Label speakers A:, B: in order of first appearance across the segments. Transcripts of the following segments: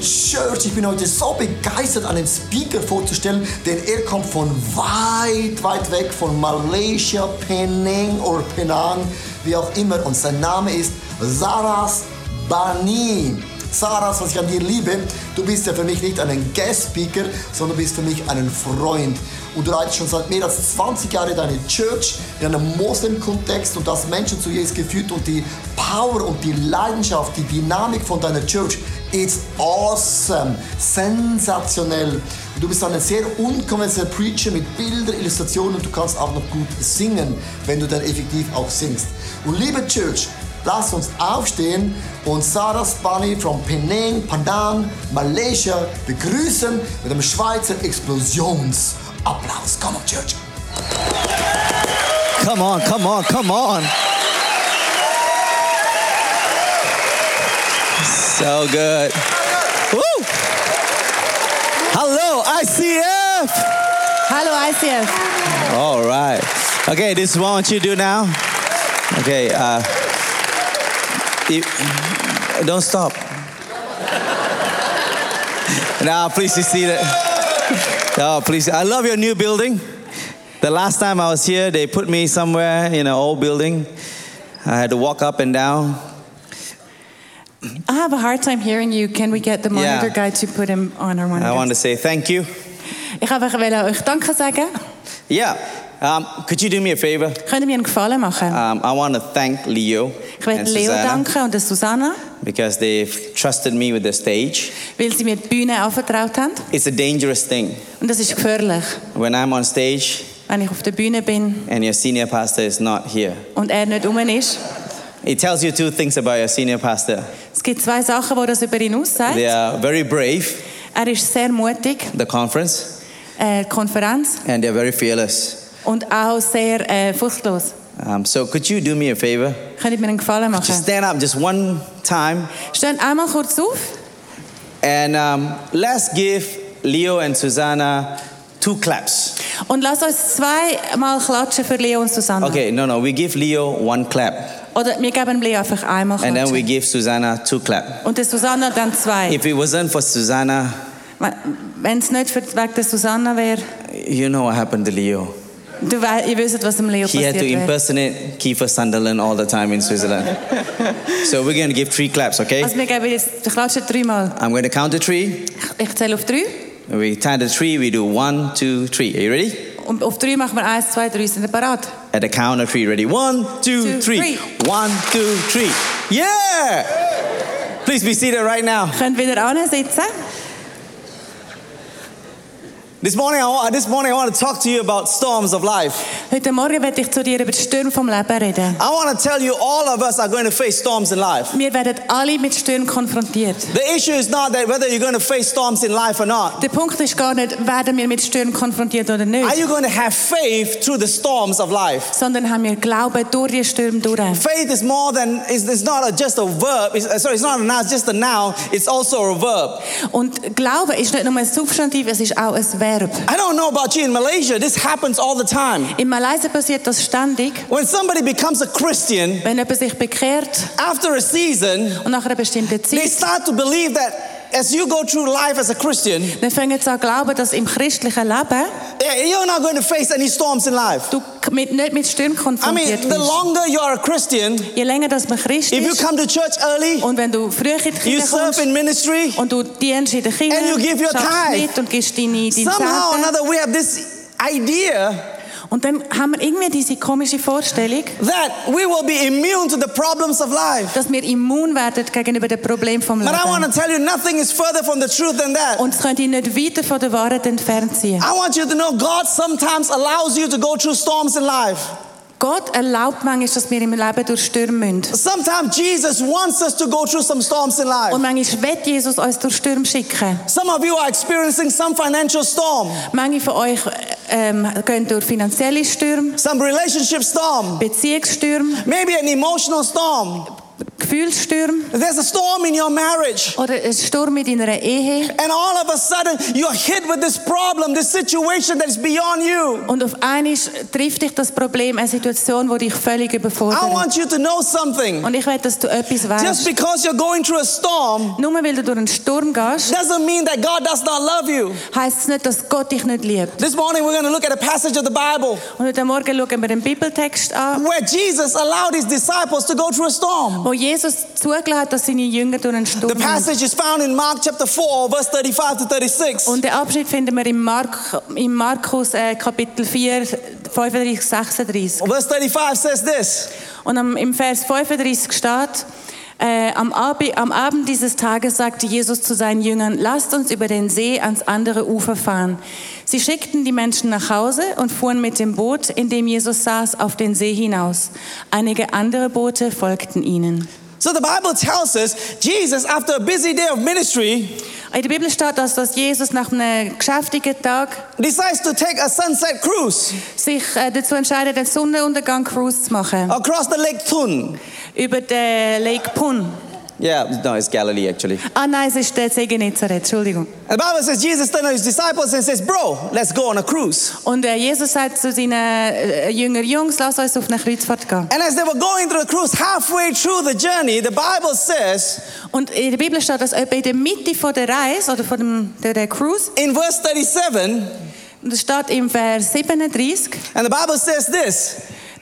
A: Church. Ich bin heute so begeistert, einen Speaker vorzustellen, denn er kommt von weit, weit weg, von Malaysia, Penang oder Penang, wie auch immer. Und sein Name ist Saras Bani. Saras, was ich an dir liebe, du bist ja für mich nicht ein Guest-Speaker, sondern du bist für mich einen Freund. Und du leitest schon seit mehr als 20 Jahren deine Church in einem Moslem-Kontext und das Menschen zu Jesus geführt und die Power und die Leidenschaft, die Dynamik von deiner Church It's awesome, sensationell. Du bist ein sehr unkonventioneller Preacher mit Bildern, Illustrationen und du kannst auch noch gut singen, wenn du dann effektiv auch singst. Und liebe Church, lasst uns aufstehen und Sarah Spani von Penang, Pandan, Malaysia begrüßen mit einem Schweizer Explosionsapplaus. Come on, Church!
B: Come on, come on, come on. So good. Woo! Hello, ICF.
C: Hallo ICF.
B: All right. Okay, this is what you do now. Okay. Uh, you- don't stop. Now, please you see that. Oh, please. I love your new building. The last time I was here, they put me somewhere in an old building. I had to walk up and down.
C: I have a hard time hearing you. Can we get the
B: Yeah.
C: monitor guy to put him on our
B: I
C: monitor?
B: want to say thank you.
C: Ik ga even willen euch danken zeggen.
B: Yeah. Um, could you do me a favor?
C: Könnt ihr mir einen Gefallen machen?
B: Um, I want to thank Leo
C: ich
B: and
C: werde Leo
B: Susanna
C: danken und der Susanna,
B: because they've trusted me with the stage.
C: weil sie mir die Bühne anvertraut haben.
B: It's a dangerous thing
C: Und das ist gefährlich,
B: when I'm on stage
C: wenn ich auf der Bühne bin
B: and your senior pastor is not here.
C: und er nicht um ist.
B: It tells you two things about your senior pastor.
C: Es gibt zwei Sachen, die das über ihn aussagt.
B: They are very brave,
C: Er ist sehr mutig,
B: the conference,
C: äh, die Konferenz,
B: and they're very fearless.
C: und auch sehr äh, furchtlos.
B: Um, so could you do me a favor?
C: Könnt ihr mir einen Gefallen
B: Just
C: machen?
B: stand up just one time
C: Steht einmal kurz auf
B: and um, let's give Leo and Susanna two claps.
C: und lasst uns zweimal klatschen für Leo und Susanna.
B: Okay, no, no, we give Leo one clap
C: Oder wir geben Leo einfach einmal
B: and then we
C: klatschen.
B: give Susanna two clap.
C: Und der Susanna dann zwei.
B: If it wasn't for Susanna,
C: Wenn es nicht für, wegen der Susanna wäre,
B: you know what happened to Leo.
C: du wei- ihr wisst, was dem Leo
B: He had
C: passiert
B: to
C: wäre.
B: impersonate Kiefer Sunderland all the time in Switzerland. so we're going to give three claps, okay?
C: Also wir geben jetzt, wir klatschen dreimal.
B: I'm going to count to three.
C: Ich- Ich zähle auf drei.
B: We count to three. We do one, two, three. Are you ready?
C: Und auf drei machen wir eins, zwei, drei. Sind wir parat?
B: At the count of three, ready? One, two,
C: Two,
B: three.
C: three.
B: One, two, three. Yeah! Please be seated right now.
C: Könnt wieder ansitzen.
B: This morning, I want, this morning I want to talk to you about storms of life.
C: Heute Morgen werde ich zu dir über die Stürme vom Leben reden.
B: I want to tell you, all of us are going to face storms in life.
C: Wir werden alle mit Stürmen konfrontiert.
B: The issue is not that whether you're going to face storms in life or not.
C: Der Punkt ist gar nicht, werden wir mit Stürmen konfrontiert oder
B: Are
C: nicht,
B: you going to have faith through the storms of life?
C: sondern haben wir Glauben durch die Stürme durch.
B: Faith is more than, it's, it's not a, just a verb. It's, uh, sorry, it's not a noun, it's just a noun. It's also a verb.
C: Und Glauben ist nicht nur ein Substantiv, es ist auch ein Verb.
B: I don't know about you in Malaysia, this happens all the time.
C: In Malaysia passiert das ständig.
B: When somebody becomes a Christian,
C: Wenn jemand sich bekehrt
B: after a season,
C: und nach einer bestimmten
B: they
C: Zeit,
B: start to believe that as you go through life as a Christian,
C: dann fangen sie an zu glauben, dass im christlichen Leben
B: eh, you're not going to face any storms in life.
C: du mit, nicht mit Stürmen
B: I
C: konfrontiert
B: mean, the
C: wirst.
B: longer you are a Christian,
C: Je länger dass man Christ
B: if you
C: ist
B: come to church early,
C: und wenn du früh in die
B: you
C: Kirche
B: serve
C: kommst
B: in ministry,
C: und du dienst in der Kirche,
B: And you give your
C: schaffst
B: tithe.
C: mit und gibst deine, deine
B: somehow or
C: Zehnte.
B: another, we have this idea
C: Und dann haben wir irgendwie diese komische Vorstellung,
B: that we will be immune to the problems of life.
C: dass wir immun werden gegenüber den Problemen vom
B: But I want
C: Leben.
B: to tell you, nothing is further from the truth than that.
C: Und es könnte nicht weiter von der Wahrheit entfernt sein.
B: I want you to know God sometimes allows you to go through storms in life.
C: Gott erlaubt manchmal, dass wir im Leben durch Stürme müssen.
B: Sometimes Jesus wants us to go through some storms in
C: Und
B: life.
C: manchmal wird Jesus uns durch Stürme schicken.
B: Some of you are experiencing some financial storm,
C: Manche von euch ähm, gehen durch finanzielle Stürme,
B: some relationship storm,
C: Beziehungsstürme,
B: maybe an emotional storm.
C: Gefühlssturm
B: There's a storm in your marriage.
C: oder ein Sturm in deiner Ehe
B: And all of a sudden, you're hit with this problem, this situation that's beyond you.
C: und auf einmal trifft dich das Problem, eine Situation, die dich völlig
B: I
C: überfordert.
B: want you to know something.
C: Und ich will, dass du etwas
B: Just
C: weißt.
B: because you're going through a storm
C: Nur weil du durch einen Sturm gehst,
B: doesn't mean that God does not love you.
C: heisst es nicht, dass Gott dich nicht liebt.
B: This morning, we're going to look at a passage of the Bible
C: Und heute Morgen schauen wir den Bibeltext an,
B: where Jesus allowed his disciples to go through a storm.
C: wo Jesus zugelassen hat, dass seine Jünger durch einen
B: The
C: Sturm gehen.
B: passage is found in Mark chapter 4, verse 35 to 36.
C: Und den Abschnitt finden wir im, Mark, im Markus äh, Kapitel 4, 35, 36.
B: Verse 35 says this
C: Und am, im Vers 35 steht, äh, am, Abi, am Abend dieses Tages sagte Jesus zu seinen Jüngern, lasst uns über den See ans andere Ufer fahren. Sie schickten die Menschen nach Hause und fuhren mit dem Boot, in dem Jesus saß, auf den See hinaus. Einige andere Boote folgten ihnen.
B: So the Bible tells us Jesus, after a busy day of ministry,
C: In der Bibel steht, dass, dass Jesus nach einem geschäftigen Tag
B: decides to take a sunset cruise
C: sich äh, dazu entscheidet, einen Sonnenuntergang-Cruise zu machen.
B: across the Lake Thun.
C: Über den Lake Pun.
B: Yeah, no, it's Galilee actually.
C: Ah nein, es ist der See Genezareth, Entschuldigung.
B: The Bible says Jesus turned to his disciples and says, Bro, let's go on a cruise.
C: Und äh, Jesus sagt zu seinen äh, jüngeren Jungs, lass uns auf eine Kreuzfahrt gehen.
B: And as they were going through the cruise, halfway through the journey, the Bible says
C: Und in der Bibel steht, dass etwa in der Mitte von der Reise oder von dem, der, der Cruise,
B: in verse 37,
C: und das steht im Vers 37,
B: and the Bible says this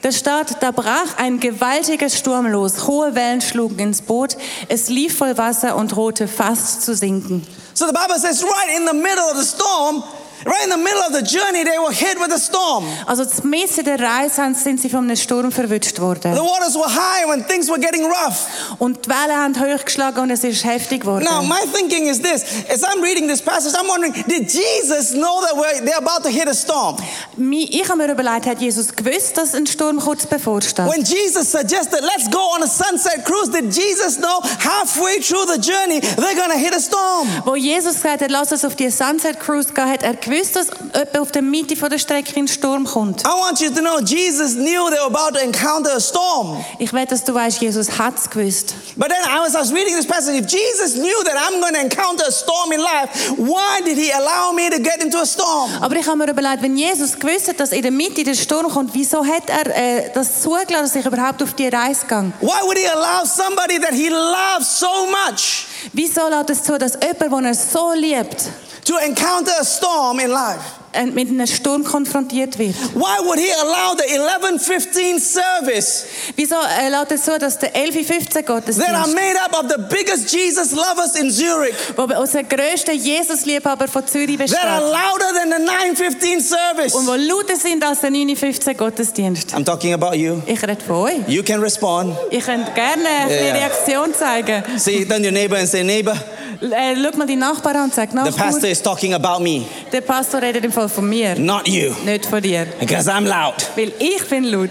C: da steht, da brach ein gewaltiger Sturm los, hohe Wellen schlugen ins Boot, es lief voll Wasser und drohte fast zu sinken.
B: So the Bible says, right in the middle of the storm, right in the middle of the journey, they were hit with a storm.
C: Also mitten der Reise haben- sind sie von einem Sturm verwünscht worden.
B: The waters were high when things were getting rough.
C: Und die Wellen haben hochgeschlagen und es ist heftig geworden.
B: Now, my thinking is this as I'm reading this passage, I'm wondering, did Jesus know that we're, they're about to hit a storm?
C: Mi- Ich habe mir überlegt, hat Jesus gewusst, dass ein Sturm kurz bevorsteht?
B: When Jesus suggested, let's go on a sunset cruise, did Jesus know halfway through the journey they're gonna hit a storm?
C: Wo Jesus gesagt hat, lass uns auf die Sunset Cruise gehen, hat er gewusst, dass etwa auf der Mitte von der Strecke ein Sturm kommt.
B: I want you to know Jesus knew they were about to encounter a storm.
C: Ich wette, dass du weißt, Jesus hat es gewusst.
B: But then I was, I was reading this passage. If Jesus knew that I'm gonna encounter a storm in life, why did he allow me to get into a storm?
C: Aber ich habe mir überlegt, wenn Jesus gewusst hat, dass in der Mitte der Sturm kommt, wieso hat er äh, das zugelassen, dass ich überhaupt auf die Reise gehe?
B: Why would he allow somebody that he loves so much
C: Wieso lässt es zu, dass jemand, den er so liebt,
B: to encounter a storm in life?
C: äh, mit einem Sturm konfrontiert wird?
B: Why would he allow the 11:15 service
C: Wieso äh, lässt es zu, dass der 11.15
B: that are
C: Gottesdienst,
B: made up of the biggest Jesus lovers in Zurich
C: wo unser grösster Jesus-Liebhaber von Zürich
B: that are
C: besteht,
B: louder than the 9:15
C: und
B: service?
C: wo lauter sind als der 9.15 Gottesdienst?
B: I'm talking about you.
C: Ich rede von euch.
B: You can respond.
C: Ich könnte gerne eine
B: Ja, ja.
C: Reaktion zeigen.
B: See, turn your neighbor and say, neighbor,
C: Äh, schau mal die Nachbarn an und sag,
B: the
C: Nachbar,
B: pastor is talking about me,
C: der Pastor redet im Fall von mir,
B: not you,
C: nicht von dir.
B: because I'm loud.
C: Weil ich bin laut.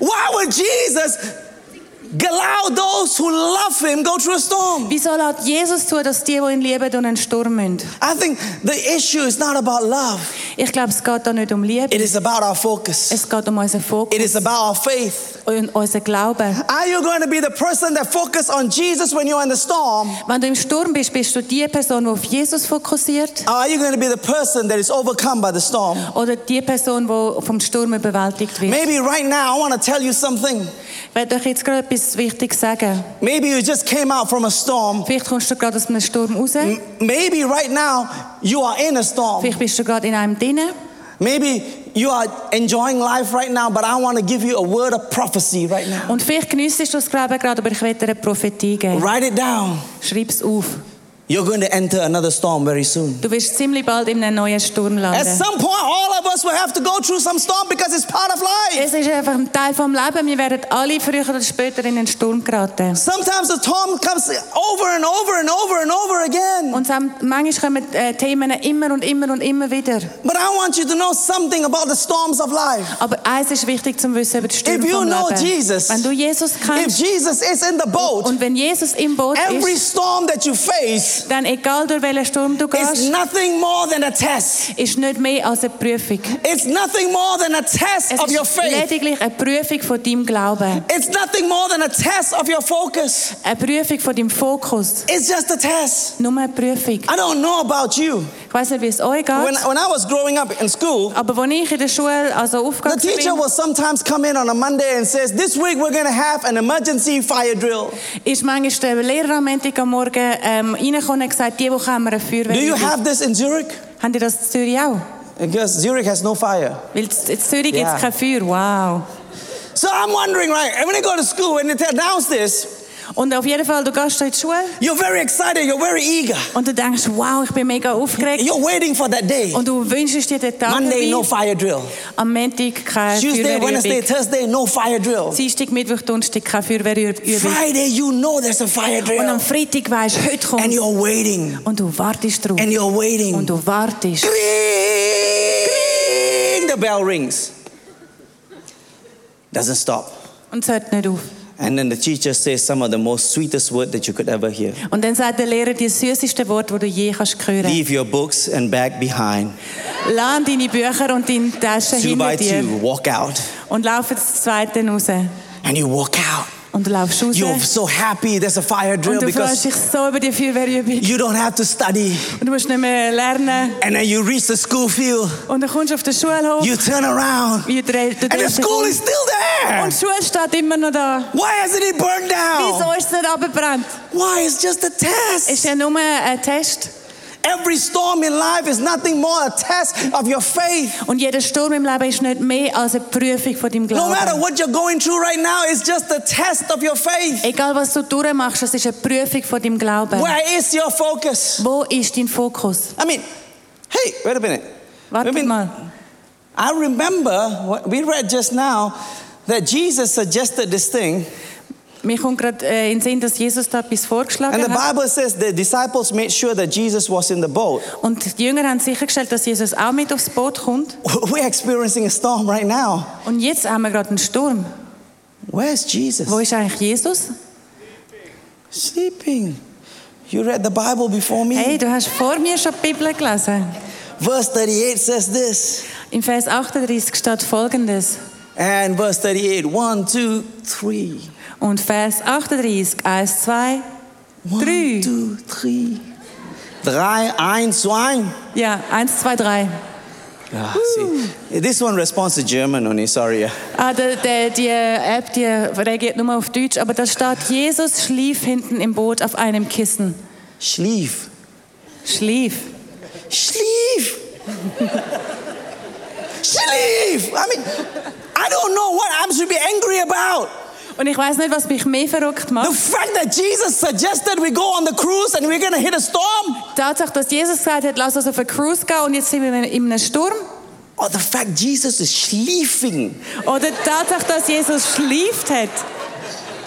B: Why would Jesus allow those who love him go through a storm?
C: Wieso lässt Jesus zu, dass die, die ihn lieben, durch einen Sturm müssen?
B: I think the issue is not about love.
C: Ich glaube, es geht da nicht um Liebe.
B: It is about our focus.
C: Es geht um unseren Fokus
B: It is about our faith.
C: und unseren Glauben.
B: Are you going to be the person that focus on Jesus when you're in the storm?
C: Wenn du im Sturm bist, bist du die Person, die auf Jesus fokussiert?
B: Or are you going to be the person that is overcome by the storm?
C: Oder die Person, die vom Sturm überwältigt wird?
B: Maybe right now I want to tell you something.
C: Ich werde euch jetzt gerade etwas Wichtiges sagen.
B: Maybe you just came out from a storm.
C: Vielleicht kommst du gerade aus einem Sturm raus.
B: M- Maybe right now you are in a storm.
C: Vielleicht bist du gerade in einem drinnen.
B: Maybe you are enjoying life right now, but I want to give you a word of prophecy right now.
C: Und vielleicht geniessest du das Glauben gerade, aber ich werde dir eine Prophetie geben.
B: Write it down.
C: Schreib es auf.
B: You're going to enter another storm very soon.
C: Du wirst ziemlich bald in einem neuen Sturm
B: At
C: landen.
B: some point, all of us will have to go through some storm because it's part of life.
C: Es ist einfach ein Teil vom Leben. Wir werden alle früher oder später in einen Sturm geraten.
B: Sometimes the storm comes over and over and over and over again.
C: Und sam- manchmal kommen äh, Themen immer und immer und immer wieder.
B: But I want you to know something about the storms of life.
C: Aber eins ist wichtig zum Wissen über die Stürme
B: If you
C: vom
B: know
C: Leben.
B: Jesus,
C: wenn du Jesus
B: If
C: kennst
B: Jesus is in Uh-huh. the boat,
C: und wenn Jesus im Boot
B: every
C: ist,
B: storm that you face
C: dann egal durch welchen Sturm du
B: is
C: gehst,
B: nothing more than a test.
C: ist nicht mehr als eine Prüfung. Prüfung.
B: It's nothing more than a test
C: Es
B: of your
C: ist
B: faith.
C: lediglich eine Prüfung von deinem Glauben.
B: It's nothing more than a test of your focus.
C: Eine Prüfung von deinem Fokus.
B: It's just a test.
C: Nur eine Prüfung.
B: I don't know about you.
C: Ich weiß nicht, wie es euch geht,
B: When, when I was growing up in school,
C: aber wenn ich in der Schule also
B: the
C: aufgegangen
B: teacher
C: bin,
B: will sometimes come in on a Monday and says, "This week we're going to have an emergency fire drill.
C: ist manchmal der Lehrer am Montagmorgen ähm, reingekommen und gesagt, diese Woche haben wir eine Feuerwehr.
B: Do you have this in Zurich?
C: Habt ihr das in Zürich auch?
B: Because Zurich has no fire.
C: Weil in Zürich gibt
B: Ja.
C: es kein Feuer. Wow.
B: So I'm wondering, right? And when I go to school and they announce this,
C: Und auf jeden Fall, du gehst da in die Schule
B: you're very excited. You're very eager.
C: und du denkst, wow, ich bin mega aufgeregt.
B: You're waiting for that day.
C: Und du wünschst dir den Tag
B: Monday,
C: dabei.
B: no fire drill.
C: Am Montag keine
B: Tuesday, Wednesday,
C: Feuerwehrübung.
B: Thursday, no fire drill.
C: Dienstag, Mittwoch, Donnerstag keine Feuerwehrübung.
B: Friday, you know there's a fire
C: Und am
B: drill.
C: Freitag weisst du, heute
B: And
C: kommt
B: you're waiting.
C: Und du wartest drauf.
B: And you're waiting.
C: Und du wartest.
B: Ring! The bell rings. Doesn't stop.
C: Und es hört nicht auf.
B: And then the teacher says some of the most sweetest word that you could ever hear.
C: Und dann sagt der Lehrer die süßeste Wort, wo du je kannst hören.
B: Leave your books and bag behind.
C: Lass deine Bücher und deine Taschen
B: Two by
C: hinter dir
B: two, walk out.
C: und lauf ins Zweite raus.
B: And you walk out.
C: Und du laufst raus.
B: You're so happy there's a fire drill
C: und du
B: because
C: freust dich so über die Feuerwehrübung.
B: you don't have to study.
C: Und du musst nicht mehr lernen.
B: And then you reach the school field,
C: Und dann kommst du auf den Schulhof.
B: you turn around,
C: wie dreh-
B: and
C: du
B: the
C: drehst dich
B: school
C: um.
B: is still there.
C: und die Schule steht immer noch da.
B: Why hasn't it burned down?
C: Wieso ist es nicht abgebrannt?
B: Why? It's just a test.
C: Ist ja nur ein Test.
B: Every storm in life is nothing more a test of your faith.
C: Und jeder Sturm im Leben ist nicht mehr als eine Prüfung von deinem
B: No
C: Glauben.
B: matter what you're going through right now, it's just a test of your faith.
C: Egal was du durchmachst, es ist eine Prüfung von deinem Glauben.
B: Where is your focus?
C: Wo ist dein Fokus?
B: I mean, hey, wait a minute. I,
C: Wartet
B: mean,
C: mal.
B: I remember what we read just now that Jesus suggested this thing,
C: Mir kommt gerade äh, in den Sinn, dass Jesus da etwas vorgeschlagen
B: and the
C: hat.
B: Bible says the disciples made sure that Jesus was in the boat.
C: Und die Jünger haben sichergestellt, dass Jesus auch mit aufs Boot kommt.
B: We're experiencing a storm right now.
C: Und jetzt haben wir gerade einen Sturm.
B: Where's Jesus?
C: Wo ist eigentlich Jesus?
B: Sleeping. You read the Bible before me.
C: Hey, du hast vor mir schon die Bibel gelesen.
B: Verse 38 says this.
C: Im Vers 38 steht folgendes.
B: And verse 38, one, two, three.
C: Und Vers 38, 1, 2,
B: One,
C: 3.
B: two, three. Drei, eins, zwei.
C: Ja, 1, 2, 3.
B: Ah, see. This one responds to German only, sorry. yeah.
C: Ah, der, der, die äh, App die reagiert nur auf Deutsch, aber da steht, Jesus schlief hinten im Boot auf einem Kissen.
B: Schlief.
C: Schlief.
B: Schlief. Schlief. I mean, I don't know what I'm to be angry about.
C: Und ich weiß nicht, was mich mehr verrückt
B: The
C: macht.
B: fact that Jesus suggested we go on the cruise and we're going to hit a storm.
C: Die Tatsache, dass Jesus gesagt hat, lass uns auf eine Cruise gehen und jetzt sind wir in einem- in einem Sturm.
B: Or the fact Jesus is schliefing.
C: Oder die Tatsache, dass Jesus schlieft hat.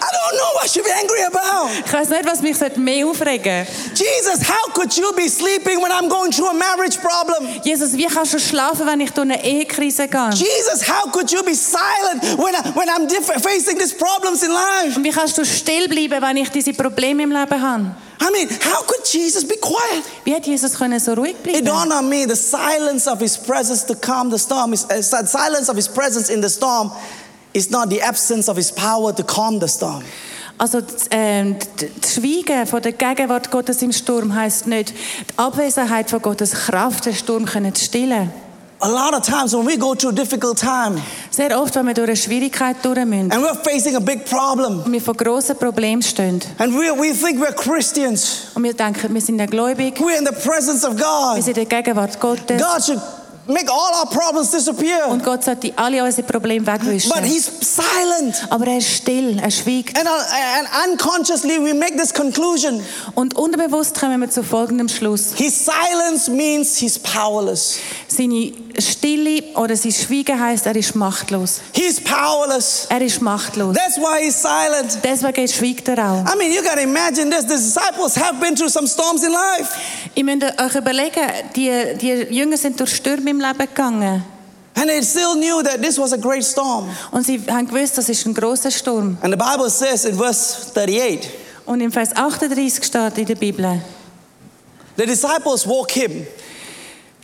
B: I don't know what I should be angry about.
C: Ich weiß nicht, was mich sollte mehr aufregen
B: Jesus, how could you be sleeping when I'm going through a marriage problem?
C: Jesus, wie kannst du schlafen, wenn ich durch eine Ehekrise gehe?
B: Jesus, how could you be silent when, I, when I'm diff- facing these problems in life?
C: Und wie kannst du still bleiben, wenn ich diese Probleme im Leben habe?
B: I mean, how could Jesus be quiet?
C: Wie hat Jesus können so ruhig
B: It
C: bleiben?
B: dawned on me the silence of his presence to calm the storm. Is, uh, si- silence of his presence in the storm is not the absence of his power to calm the storm.
C: Also das, ähm, d- das Schweigen von der Gegenwart Gottes im Sturm heißt nicht die Abwesenheit von Gottes Kraft, den Sturm können zu stillen.
B: A lot of times when we go through a difficult time
C: Sehr oft, wenn wir durch eine Schwierigkeit durch müssen
B: and we're facing a big problem
C: und wir vor grossen Problemen stehen
B: and we, we think we're Christians,
C: und wir denken, wir sind ja gläubig,
B: we're in the presence of
C: wir
B: God.
C: sind in der Gegenwart Gottes
B: God should make all our problems disappear.
C: und Gott sollte alle unsere Probleme
B: But
C: wegwischen.
B: he's silent.
C: Aber er ist still, er schweigt.
B: And, uh, and unconsciously, we make this conclusion.
C: Und unterbewusst kommen wir zu folgendem Schluss.
B: His silence means he's powerless.
C: Seine Stille oder sein Schweigen heißt, er ist machtlos.
B: He's powerless.
C: Er ist machtlos.
B: That's why he's silent.
C: Deswegen schweigt er auch.
B: I mean, you gotta imagine this. The disciples have been through some storms in life,
C: Ihr müsst euch überlegen, die, die Jünger sind durch Stürme im Leben gegangen.
B: and they still knew that this was a great storm.
C: Und sie haben gewusst, das ist ein großer Sturm.
B: And the Bible says in verse 38
C: Und im Vers 38 steht in der Bibel,
B: the disciples woke him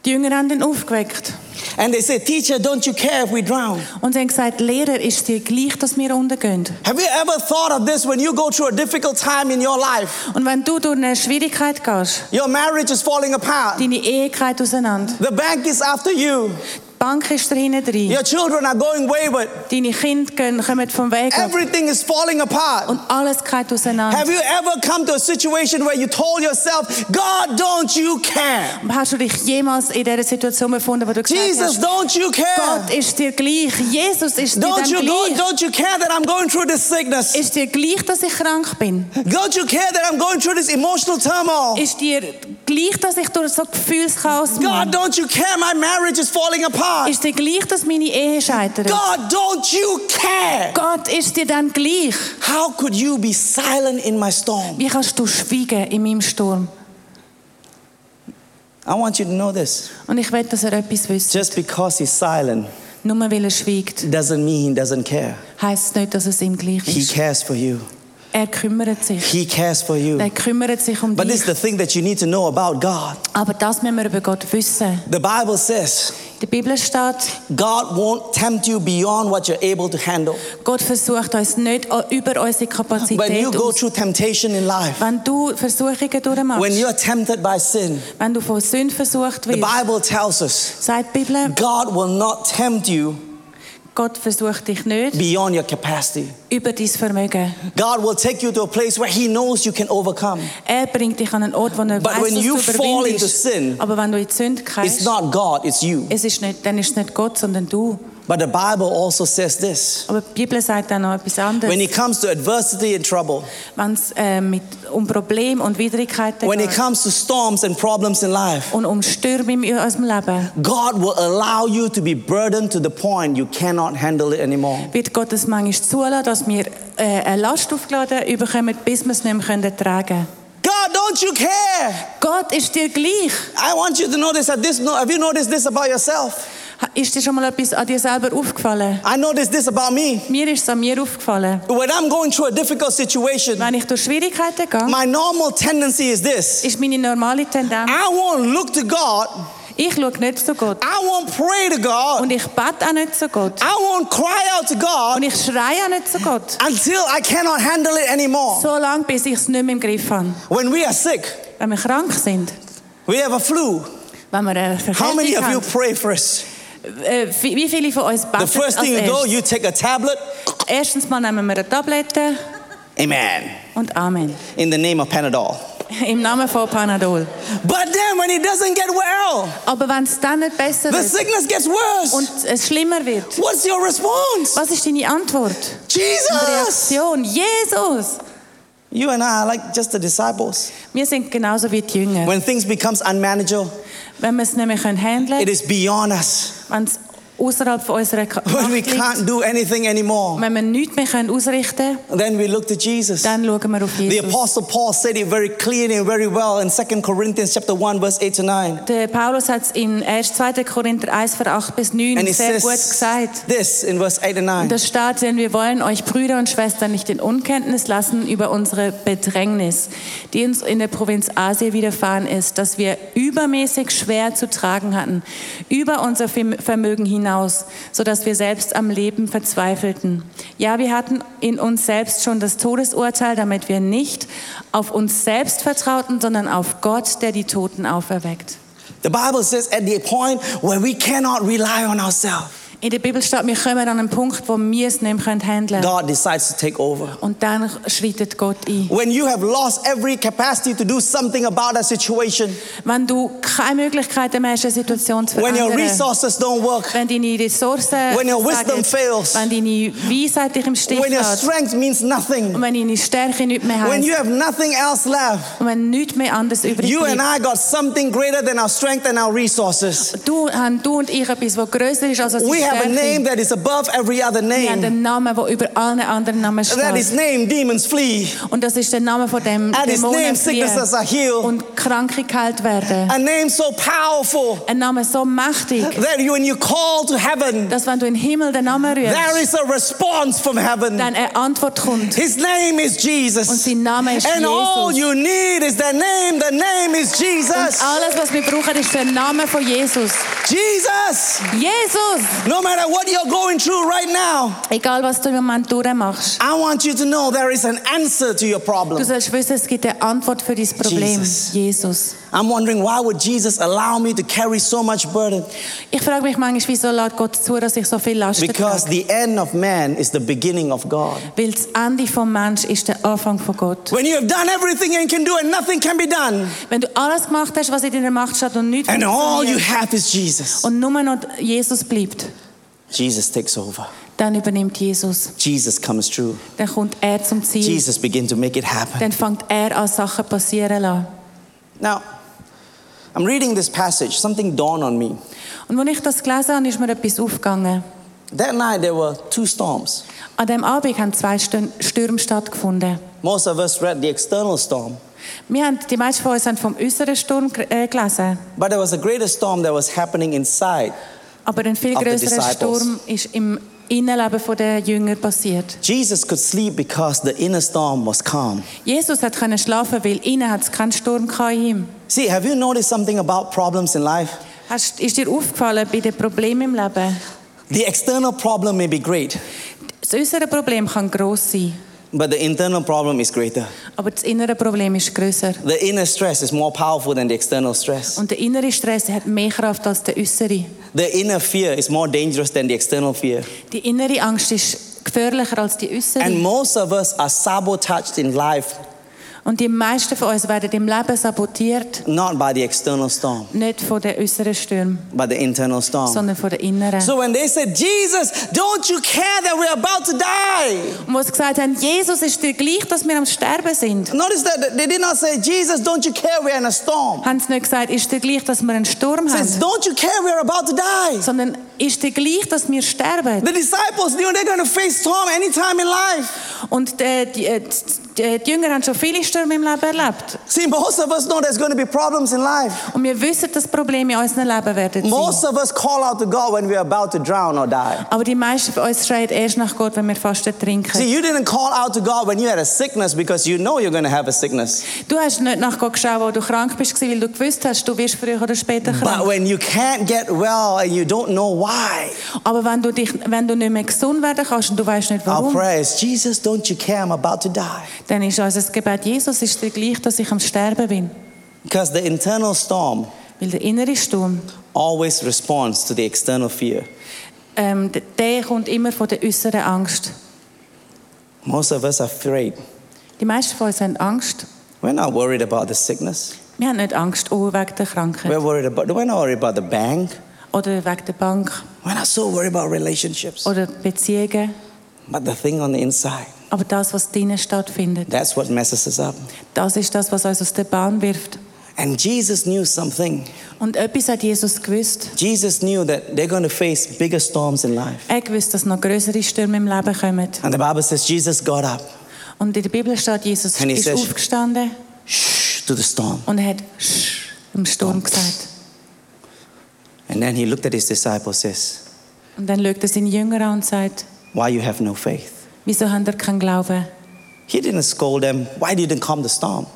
C: die Jünger haben ihn aufgeweckt.
B: And they said, Teacher, don't you care if we drown?
C: Und sie haben gesagt, Lehrer, ist dir gleich, dass wir untergehen?
B: Have you ever thought of this when you go through a difficult time in your life?
C: Und wenn du durch eine Schwierigkeit gehst,
B: Your marriage is falling apart.
C: deine Ehe geht auseinander,
B: The bank is after you.
C: die Bank ist da hinten drin,
B: Your children are going wayward.
C: deine Kinder gehen, kommen vom Weg ab
B: Everything is falling apart.
C: und alles geht auseinander.
B: Have you ever come to a situation where you told yourself, God, don't you care?
C: Hast du dich jemals in dieser Situation befunden, wo du gesagt
B: Jesus,
C: hast,
B: don't you care?
C: Gott ist dir gleich, Jesus ist dir
B: Don't
C: dann
B: you, go,
C: gleich.
B: don't you care that I'm going through this sickness?
C: Ist dir gleich, dass ich krank bin?
B: Don't you care that I'm going through this emotional turmoil?
C: Ist dir gleich, dass ich durch so Gefühlschaos
B: God,
C: bin?
B: don't you care my marriage is falling apart?
C: Ist dir gleich, dass meine Ehe scheitert?
B: God, don't you care?
C: Gott ist dir dann gleich.
B: How could you be silent in my storm?
C: Wie kannst du schweigen in meinem Sturm?
B: I want you to know this.
C: Und ich will, dass er etwas wisst.
B: Just because he's silent
C: Nur weil er schweigt,
B: doesn't mean he doesn't care.
C: heisst es nicht, dass es ihm gleich
B: He
C: ist.
B: cares for you.
C: Er kümmert sich.
B: He cares for
C: Er
B: you.
C: kümmert sich um
B: But this
C: dich.
B: is the thing that you need to know about God.
C: Aber das müssen wir über Gott wissen.
B: The Bible says
C: In der Bibel steht,
B: God won't tempt you beyond what you're able to handle.
C: Gott versucht uns nicht über unsere
B: When you
C: Kapazität
B: go
C: aus.
B: through temptation in life,
C: Wenn du Versuchungen
B: when
C: durchmachst,
B: you're tempted by sin,
C: wenn du von Sünde versucht
B: the
C: wirst,
B: Bible tells us
C: sagt die Bibel,
B: God will not tempt you
C: Gott versucht dich nicht
B: beyond your capacity.
C: über dein Vermögen.
B: God will take you to a place where He knows you can overcome.
C: Er bringt dich an einen Ort, wo er
B: But when
C: weiß, dass
B: you
C: du
B: fall into
C: überwindest.
B: sin,
C: Aber wenn du in die Sünde
B: it's
C: gehst,
B: not God, it's you.
C: es ist nicht, dann ist es nicht Gott, sondern du.
B: But the Bible also says this
C: Aber die Bibel sagt dann noch etwas anderes.
B: when it comes to adversity and trouble,
C: Wenn es äh, mit, um Probleme und Widrigkeiten
B: when it
C: geht
B: comes to storms and problems in life,
C: und um Stürme in unserem Leben,
B: God will allow you to be burdened to the point you cannot handle it anymore.
C: wird Gott es manchmal zulassen, dass wir äh, eine Last aufgeladen bekommen, bis wir es nicht mehr können tragen können.
B: God, don't you care?
C: Gott ist dir gleich.
B: I want you to notice that this. Have you noticed this about yourself?
C: Ha- Ist dir schon mal etwas an dir selber aufgefallen?
B: I noticed this about me.
C: Mir ist es an mir aufgefallen.
B: When I'm going through a difficult situation,
C: Wenn ich durch Schwierigkeiten gehe,
B: my normal tendency is this:
C: ist meine normale Tendenz,
B: I won't look to God.
C: ich schaue nicht zu Gott.
B: I won't pray to God.
C: Und ich bete auch nicht zu Gott.
B: I won't cry out to
C: Und
B: God
C: ich schreie auch nicht zu Gott.
B: until I cannot handle it anymore.
C: So lange, bis ich es nicht mehr im Griff habe.
B: When we are sick,
C: Wenn wir krank sind,
B: we have a flu.
C: wenn wir eine
B: How many
C: Verkältung
B: of you
C: haben,
B: pray first?
C: äh, wie wie viele von uns
B: The
C: beten
B: first
C: als
B: thing you do,
C: erstes?
B: you take a tablet.
C: Erstens mal nehmen wir eine Tablette
B: Amen.
C: und Amen.
B: In the name of Panadol.
C: Im Namen von Panadol.
B: But then when it doesn't get well,
C: Aber wenn es dann nicht besser
B: the
C: wird
B: sickness gets worse.
C: und es schlimmer wird,
B: What's your response?
C: was ist deine Antwort? Und
B: Jesus!
C: Reaktion, Jesus!
B: You and I are like just the disciples.
C: Wir sind genauso wie die Jünger.
B: When things becomes unmanageable,
C: Wenn wir es nicht mehr können handeln
B: it
C: können,
B: is beyond us.
C: wenn es außerhalb von unserer Ka-
B: When
C: Macht
B: we
C: liegt,
B: can't do anything anymore,
C: wenn wir nichts mehr können ausrichten können,
B: then we look to Jesus.
C: dann schauen wir auf
B: The
C: Jesus.
B: apostle Paul said it very clearly and very well in 2 Corinthians chapter 1 verse 8 to 9.
C: Der Paulus hat es in 1. 2. Korinther 1, Vers 8 bis 9
B: And he
C: sehr
B: says
C: gut gesagt.
B: this in verse 8 and 9.
C: Und das steht, denn wir wollen euch Brüder und Schwestern nicht in Unkenntnis lassen über unsere Bedrängnis, die uns in der Provinz Asien widerfahren ist, dass wir übermäßig schwer zu tragen hatten, über unser Vermögen hinaus, so dass wir selbst am Leben verzweifelten. Ja, wir hatten in uns selbst schon das Todesurteil, damit wir nicht auf uns selbst vertrauten, sondern auf Gott, der die Toten auferweckt.
B: The Bible says at the point where we cannot rely on ourselves,
C: In der Bibel steht, wir kommen an einen Punkt, wo wir es nicht mehr handeln können.
B: God decides to take over.
C: Und dann schreitet Gott ein.
B: When you have lost every capacity to do something about that situation,
C: Wenn du keine Möglichkeiten mehr hast, eine Situation zu
B: when your
C: verändern,
B: resources don't work,
C: wenn deine Ressourcen
B: When your wisdom
C: versagen,
B: fails.
C: wenn deine Weisheit dich im Stich
B: when your
C: lässt
B: strength means nothing,
C: und wenn deine Stärke nicht mehr
B: when
C: hast
B: you have nothing else left,
C: und wenn nichts mehr anderes übrig
B: you and
C: bleibt.
B: I got something greater than our strength and our resources.
C: Du, haben du und ich etwas, was größer ist als unsere
B: We have a name
C: Bergring.
B: that is above every other
C: Wir
B: name.
C: haben den Namen, der über alle anderen Namen
B: At his
C: steht.
B: name, demons flee.
C: Und das ist der Name von dem
B: At his name,
C: Dämonen fliehen
B: sicknesses are healed.
C: und Kranke geheilt werden.
B: A name so powerful
C: Ein Name so mächtig,
B: that you, when you call to heaven,
C: dass wenn du in den Himmel den Namen
B: there
C: rührst,
B: is a response from heaven.
C: dann eine Antwort kommt.
B: His name is
C: Und
B: Jesus.
C: sein Name ist
B: And all
C: Jesus.
B: you need is the name. The name is
C: Und
B: Jesus.
C: alles, was wir brauchen, ist der Name von Jesus.
B: Jesus.
C: Jesus!
B: No matter what you're going through right now,
C: Egal, was du im Moment durchmachst,
B: I want you to know there is an answer to your problem.
C: du sollst wissen, es gibt eine Antwort für dein Problem.
B: Jesus.
C: Jesus.
B: I'm wondering why would Jesus allow me to carry so much burden?
C: Ich frage mich manchmal, wieso lässt Gott zu, dass ich so viel Lasten
B: Because
C: trage?
B: the end of man is the beginning of God.
C: Weil das Ende vom Mensch ist der Anfang von Gott.
B: When you have done everything and can do and nothing can be done,
C: Wenn du alles gemacht hast, was in deiner Macht steht und nichts
B: and all you
C: funktioniert
B: have is Jesus,
C: und nur noch Jesus bleibt,
B: Jesus takes over.
C: dann übernimmt Jesus.
B: Jesus comes true.
C: Dann kommt er zum Ziel.
B: Jesus begins to make it happen.
C: Dann fängt er an, Sachen passieren zu lassen.
B: Now, I'm reading this passage. Something dawned on me.
C: Und als ich das gelesen habe, ist mir etwas aufgegangen.
B: That night there were two storms.
C: An diesem Abend haben zwei Stö- Stürme stattgefunden.
B: Most of us read the external storm,
C: Wir haben, die meisten von uns haben vom äußeren Sturm gr- äh, gelesen.
B: but there was a greater storm that was happening inside.
C: Aber ein viel
B: Of the
C: größerer
B: disciples.
C: Sturm ist im Innenleben der Jünger passiert.
B: Jesus could sleep because the inner storm was calm.
C: Jesus hat können schlafen, weil innen hat es keinen Sturm gehabt in ihm.
B: See, have you noticed something about problems in life?
C: Hast, ist dir aufgefallen bei den Problemen im Leben?
B: The external problem may be great,
C: Das äußere Problem kann gross sein,
B: but the internal problem is greater.
C: aber das innere Problem ist größer.
B: The inner stress is more powerful than the external stress.
C: Und der innere Stress hat mehr Kraft als der äußere.
B: The inner fear is more dangerous than the external fear.
C: Die innere Angst ist gefährlicher als die
B: And
C: äußere.
B: most of us are sabotaged in life
C: Und die meisten von uns werden im Leben sabotiert,
B: not by the external storm,
C: nicht von den äußeren Stürmen,
B: but the internal storm.
C: sondern von den inneren.
B: So when they said, Jesus, don't you care that we're about to die?
C: Und wo sie gesagt haben, Jesus ist dir gleich, dass wir am Sterben sind.
B: Notice that they did not say, Jesus, don't you care we're in a storm?
C: Haben sie nicht gesagt, ist dir gleich, dass wir einen Sturm
B: It says,
C: haben,
B: don't you care we're about to die?
C: sondern ist dir gleich, dass wir sterben.
B: The disciples knew they're going to face storm anytime in life.
C: Und die, die, äh, die, die Jünger haben schon viele Stürme im Leben erlebt.
B: See, most of us know there's going to be problems in life.
C: Und wir wissen, dass Probleme in unserem Leben werden sein.
B: Most of us call out to God when we're about to drown or die.
C: Aber die meisten von uns schreien erst nach Gott, wenn wir fast ertrinken.
B: See, you didn't call out to God when you had a sickness because you know you're going to have a sickness.
C: Du hast nicht nach Gott geschaut, wo du krank bist, weil du gewusst hast, du wirst früher oder später
B: But
C: krank.
B: when you can't get well and you don't know why,
C: Aber wenn du, dich, wenn du nicht mehr gesund werden kannst und du weißt nicht
B: our
C: warum,
B: prayer is, Jesus, don't you care? I'm about to die.
C: dann ist unser Gebet, Jesus, ist dir gleich, dass ich am Sterben bin.
B: Because the internal storm
C: Weil der innere Sturm,
B: always responds to the external fear.
C: ähm, d- der kommt immer von der äußeren Angst.
B: Most of us are afraid.
C: Die meisten von uns haben Angst.
B: We're not worried about the sickness.
C: Wir haben nicht Angst oh, wegen der Krankheit
B: We're worried about we're not worried about the bank.
C: oder wegen der Bank
B: We're not so worried about relationships.
C: oder Beziehungen.
B: But the thing on the inside,
C: Aber das, was drinnen stattfindet,
B: that's what messes us up.
C: das ist das, was uns aus der Bahn wirft.
B: And Jesus knew something.
C: Und etwas hat Jesus gewusst.
B: Jesus knew that they're going to face bigger storms in life.
C: Er gewusst, dass noch größere Stürme im Leben kommen.
B: And the Bible says Jesus got up
C: Und in der Bibel steht, Jesus
B: And he
C: ist
B: says-
C: aufgestanden
B: shh, to the storm.
C: und er hat «Sch» im Sturm gesagt.
B: And then he looked at his disciples says,
C: Und dann schaut er seine Jünger an und sagt,
B: Why you have no faith?
C: wieso habt ihr keinen Glauben?
B: He didn't scold them. Why didn't calm the storm?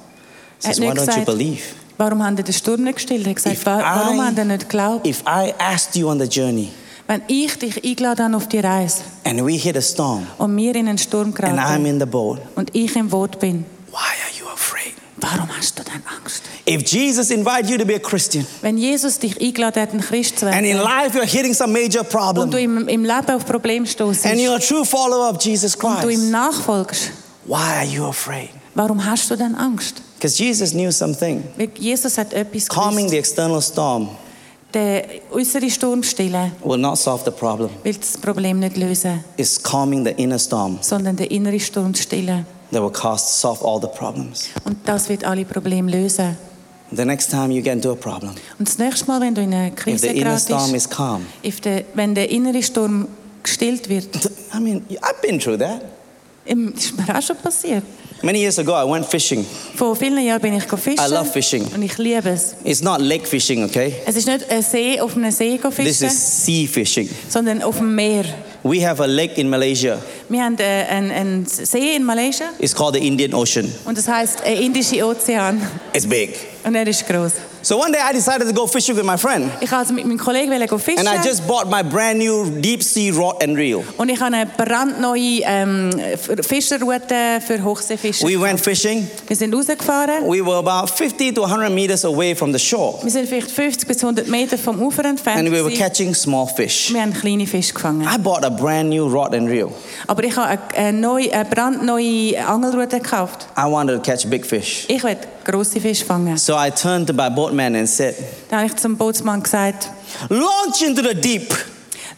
B: He
C: Er
B: says,
C: hat
B: Why
C: nicht
B: don't you
C: gesagt,
B: believe?
C: warum habt ihr den Sturm nicht gestillt? Er hat gesagt,
B: If
C: "Wa- warum
B: I-
C: habt ihr nicht geglaubt?
B: If I asked you on the journey
C: Wenn ich dich eingeladen habe auf die Reise
B: and we hit a storm
C: und wir in einen Sturm
B: and I'm
C: geraten
B: in the boat,
C: und ich im Boot bin,
B: why are you afraid?
C: warum hast du dann Angst?
B: If Jesus invited you to be a Christian
C: Wenn Jesus dich eingeladen hat, ein Christ zu
B: and in
C: werden
B: life you're hitting some major
C: und
B: problem
C: du im, im Leben auf Probleme stoßt
B: and
C: und
B: you're a true follower of Jesus
C: du ihm
B: Christ,
C: nachfolgst,
B: why are you afraid?
C: warum hast du dann Angst?
B: Because Jesus knew something.
C: Weil Jesus hat etwas
B: Calming
C: gewusst.
B: the external storm
C: Der äußere Sturm stillen
B: will not solve the problem.
C: will das Problem nicht lösen,
B: It's calming the inner storm
C: sondern der innere Sturm stillen.
B: that will cause solve all the problems.
C: Und das wird alle Probleme lösen.
B: The next time you get into a problem,
C: Und das nächste Mal, wenn du in eine
B: if
C: Krise
B: the inner
C: geratest,
B: storm is calm,
C: if der- wenn der innere Sturm gestillt wird,
B: I mean, I've been through that.
C: Im- das ist mir auch schon passiert.
B: Many years ago, I went fishing.
C: Vor vielen Jahren bin ich fischen.
B: I love fishing.
C: Und ich liebe es.
B: It's not lake fishing, okay?
C: Es ist nicht ein See auf einem See go
B: This
C: fischen,
B: is sea fishing.
C: sondern auf dem Meer.
B: We have a lake in Malaysia.
C: Wir haben äh, einen, einen See in Malaysia
B: It's called the Indian Ocean.
C: und das heißt äh, Indische Ozean.
B: It's big.
C: Und er ist groß.
B: So one day I decided to go fishing with my friend.
C: Ich wollte also mit meinem Kollegen wollte go fischen
B: And I just bought my brand new deep sea rod and reel.
C: und ich habe eine brandneue ähm, F- Fischerroute für Hochseefische.
B: We went fishing.
C: Wir sind rausgefahren.
B: We were about 50 to 100 meters away from the shore.
C: Wir sind vielleicht 50 bis 100 Meter vom Ufer entfernt.
B: And we Ah. were
C: gewesen.
B: catching small fish.
C: wir haben kleine Fische gefangen.
B: I bought a brand new rod and reel.
C: Aber ich habe eine, eine, neue, eine brandneue Angelroute gekauft.
B: I wanted to catch big fish.
C: Ich will grosse Fische fangen.
B: So I turned to my boatman and said,
C: Dann habe ich zum Bootsmann gesagt,
B: Launch into the deep.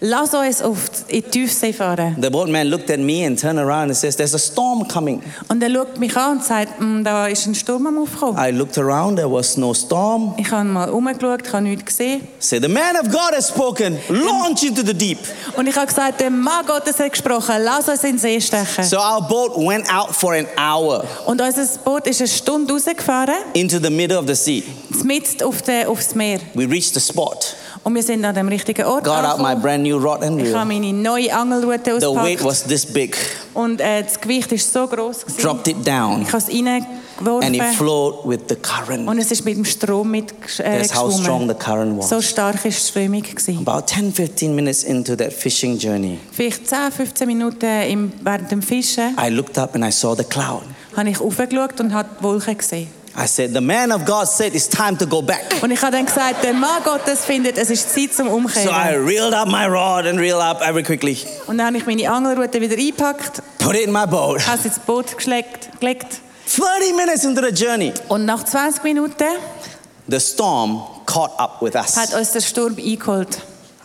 C: lass uns auf die, in die Tiefsee fahren.
B: The boatman looked at me and turned around and says, There's a storm coming.
C: Und er schaut mich an und sagt, «Hm, da ist ein Sturm am Aufkommen.
B: I looked around, there was no storm.
C: Ich habe mal umgeschaut, ich habe nichts gesehen.
B: Said, The man of God has spoken, launch into the deep.
C: Und ich habe gesagt, der Mann Gottes hat gesprochen, lass uns in den See stechen.
B: So our boat went out for an hour
C: Und unser Boot ist eine Stunde rausgefahren,
B: into the middle of the sea.
C: mitten auf den, aufs Meer.
B: We reached the spot,
C: Und wir sind an dem richtigen Ort
B: got out my
C: angekommen.
B: brand new rod and
C: Ich habe
B: reel.
C: meine neue Angelroute
B: The weight
C: ausgepackt
B: was this big,
C: und äh, das Gewicht war so gross. Gewesen.
B: dropped it down,
C: Ich habe es
B: and it
C: reingeworfen
B: flowed with the current.
C: und es ist mit dem Strom mitgeschwommen. Äh,
B: That's how strong the
C: geschwommen.
B: current
C: so
B: was.
C: stark war die Strömung. Gewesen.
B: About 10 15 minutes into that fishing journey,
C: Vielleicht 10, 15 Minuten im, während dem Fischen
B: I looked up and I saw the cloud.
C: habe ich hochgeschaut und habe die Wolken gesehen.
B: I said, The man of God said it's time to go back.
C: Und ich habe dann gesagt, der Mann Gottes findet, es ist Zeit zum Umkehren.
B: So I reeled up my rod and reeled up very quickly.
C: Und dann habe ich meine Angelrute wieder eingepackt,
B: Put it in my boat.
C: habe sie ins Boot geschleckt, gelegt.
B: 30 minutes into the journey,
C: Und nach 20 Minuten
B: the storm caught up with
C: hat
B: us.
C: uns der Sturm eingeholt.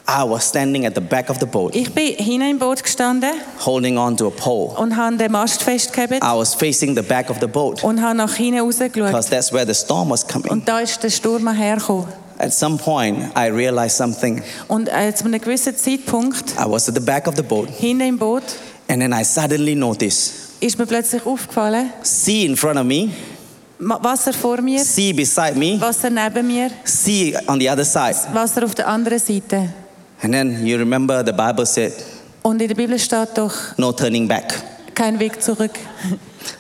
B: I was standing at the back of the boat,
C: Ich bin hinten im Boot gestanden
B: holding on to a pole.
C: und habe den Mast festgehalten
B: I was facing the back of the boat
C: und habe nach hinten rausgeschaut.
B: because that's where the storm was coming.
C: Und da ist der Sturm hergekommen.
B: At some point, I realized something.
C: Und äh, zu einem gewissen Zeitpunkt,
B: I was at the back of the boat,
C: hinten im Boot,
B: and then I suddenly noticed
C: ist mir plötzlich aufgefallen,
B: sea in front of me,
C: Ma- Wasser vor mir,
B: sea beside me,
C: Wasser neben mir,
B: sea on the other side.
C: Wasser auf der anderen Seite.
B: And then you remember the Bible said,
C: Und in der Bibel steht doch
B: no turning back.
C: kein Weg zurück.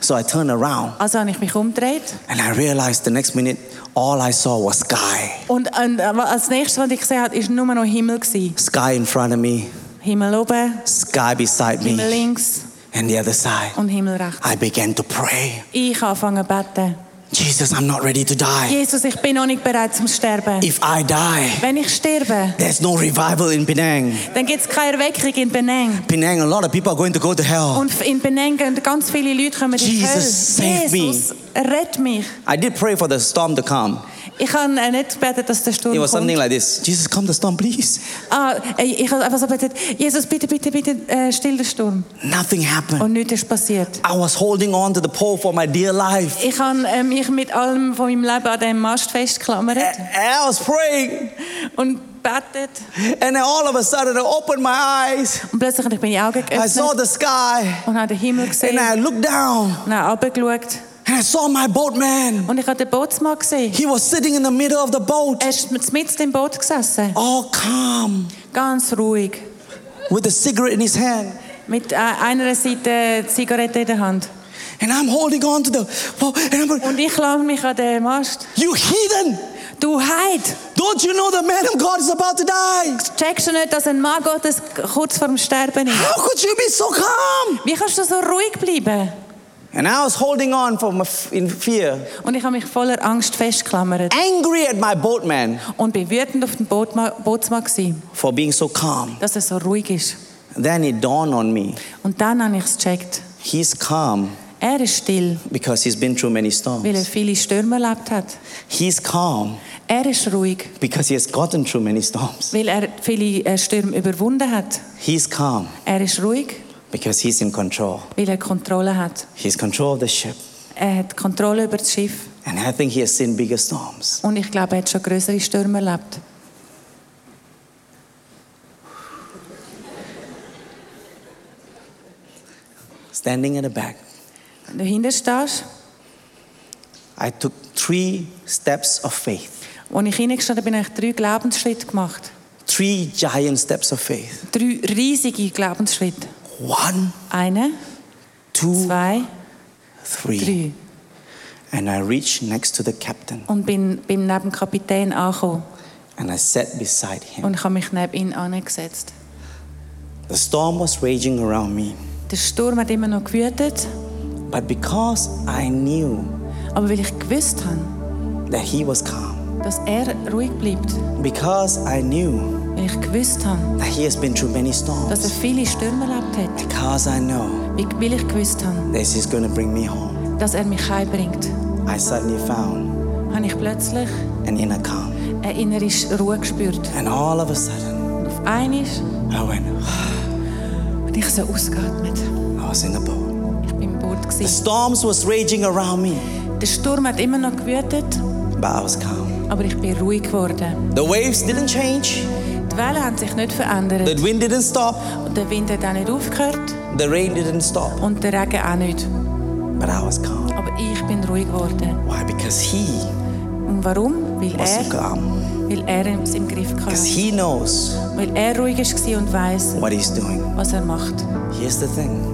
B: So I turned around.
C: Also habe ich mich umgedreht.
B: And I realized the next minute, all I saw was sky.
C: Und, und äh, als nächstes, was ich gesehen habe, war nur noch Himmel. Gewesen.
B: Sky in front of me,
C: Himmel oben,
B: sky beside
C: Himmel
B: me,
C: links
B: and the other side.
C: und Himmel rechts.
B: I began to pray.
C: Ich habe angefangen zu beten.
B: Jesus, I'm not ready to die.
C: Jesus, ich bin noch nicht bereit zum Sterben.
B: If I die,
C: Wenn ich sterbe,
B: there's no revival in Penang.
C: dann gibt es keine Erweckung in Penang.
B: Penang, a lot of people are going to go to hell.
C: Und in Penang gehen ganz viele Leute kommen in die Hölle.
B: Jesus, save me.
C: Jesus, rett mich.
B: I did pray for the storm to come.
C: Ich habe äh, nicht gebetet, dass der Sturm
B: It was something like
C: kommt.
B: this Jesus, come the storm, please.
C: Ah, äh, ich habe einfach so gebetet, Jesus, bitte, bitte, bitte, äh, still den Sturm.
B: Nothing happened.
C: Und nichts ist passiert.
B: I was holding on to the pole for my dear life.
C: Ich habe äh, mich mit allem von meinem Leben an dem Mast
B: And
C: festgeklammert
B: I was praying,
C: und betet.
B: and then all of a sudden I opened my eyes.
C: Und plötzlich habe ich meine Augen
B: I saw
C: geöffnet
B: the sky,
C: und habe den Himmel gesehen.
B: and I looked down.
C: Und habe runtergeschaut.
B: And I saw my boatman.
C: Und ich habe den Bootsmann gesehen.
B: He was sitting in the middle of the boat,
C: Er ist mitten im Boot gesessen.
B: all calm,
C: Ganz ruhig.
B: with a cigarette in his hand.
C: Mit äh, einer Seite die Zigarette in der Hand.
B: And I'm holding on to the boat. And I'm like,
C: Und ich klammere mich an den Mast.
B: You heathen!
C: Du Heid,
B: Don't you know the man of God is about to die?
C: checkst du nicht, dass ein Mann Gottes kurz vor dem Sterben ist?
B: How could you be so calm?
C: Wie kannst du so ruhig bleiben?
B: And I was holding on for my f- in fear,
C: Und ich habe mich voller Angst festgeklammert
B: angry at my boatman
C: und bin wütend auf den Bootma Bootsmann gewesen,
B: for being so calm.
C: dass er so ruhig ist.
B: Then it dawned on me.
C: Und dann habe ich es gecheckt.
B: He's calm
C: Er ist still,
B: because he's been through many
C: weil er
B: storms.
C: viele Stürme erlebt hat.
B: He's calm
C: Er ist ruhig,
B: because he has gotten through many storms.
C: weil er viele äh, Stürme überwunden hat.
B: He's calm
C: Er ist ruhig,
B: because he's in control.
C: weil er Kontrolle hat.
B: He's control of the ship
C: Er hat Kontrolle über das Schiff
B: And I think he has seen bigger storms.
C: Und ich glaube, er hat schon größere Stürme erlebt.
B: Standing at the back,
C: Wenn du hinter stehst
B: I took three steps of faith,
C: und ich hineingestanden bin, habe ich drei Glaubensschritte gemacht.
B: three giant steps of faith.
C: Drei riesige Glaubensschritte.
B: One,
C: Eine,
B: two,
C: zwei,
B: three.
C: drei.
B: And I reached next to the captain
C: Und bin beim Nebenkapitän angekommen
B: and I sat beside him.
C: und ich habe mich neben ihn angesetzt.
B: The storm was raging around me,
C: Der Sturm hat immer noch gewütet,
B: but because I knew
C: aber weil ich gewusst habe,
B: that he was calm,
C: dass er ruhig bleibt,
B: because I knew
C: weil ich gewusst habe,
B: that he has been through many
C: dass er
B: storms,
C: viele Stürme erlebt hat,
B: because I know
C: weil- weil ich gewusst habe,
B: that he's going to bring me home,
C: dass er mich heimbringt,
B: I suddenly found
C: habe ich plötzlich
B: an inner calm.
C: eine innere Ruhe gespürt.
B: And all of a sudden,
C: Und auf einmal habe
B: I went,
C: ich so ausgeatmet.
B: I was in the boat.
C: Ich war im Boot.
B: The
C: gewesen.
B: storms was raging around me,
C: Der Sturm hat immer noch gewütet,
B: but I was calm.
C: aber ich bin ruhig geworden.
B: The waves didn't change,
C: Die Wellen haben sich nicht
B: the
C: verändert.
B: wind didn't stop,
C: Und der Wind hat auch nicht aufgehört
B: the rain didn't stop,
C: und der Regen auch nicht.
B: but I was calm.
C: Aber ich bin ruhig geworden.
B: Why? Because he
C: Und warum? Weil
B: was
C: er,
B: calm.
C: weil er es im Griff hatte.
B: Because he knows
C: Weil er ruhig war und weiß,
B: what he's doing.
C: was er macht.
B: Here's the thing.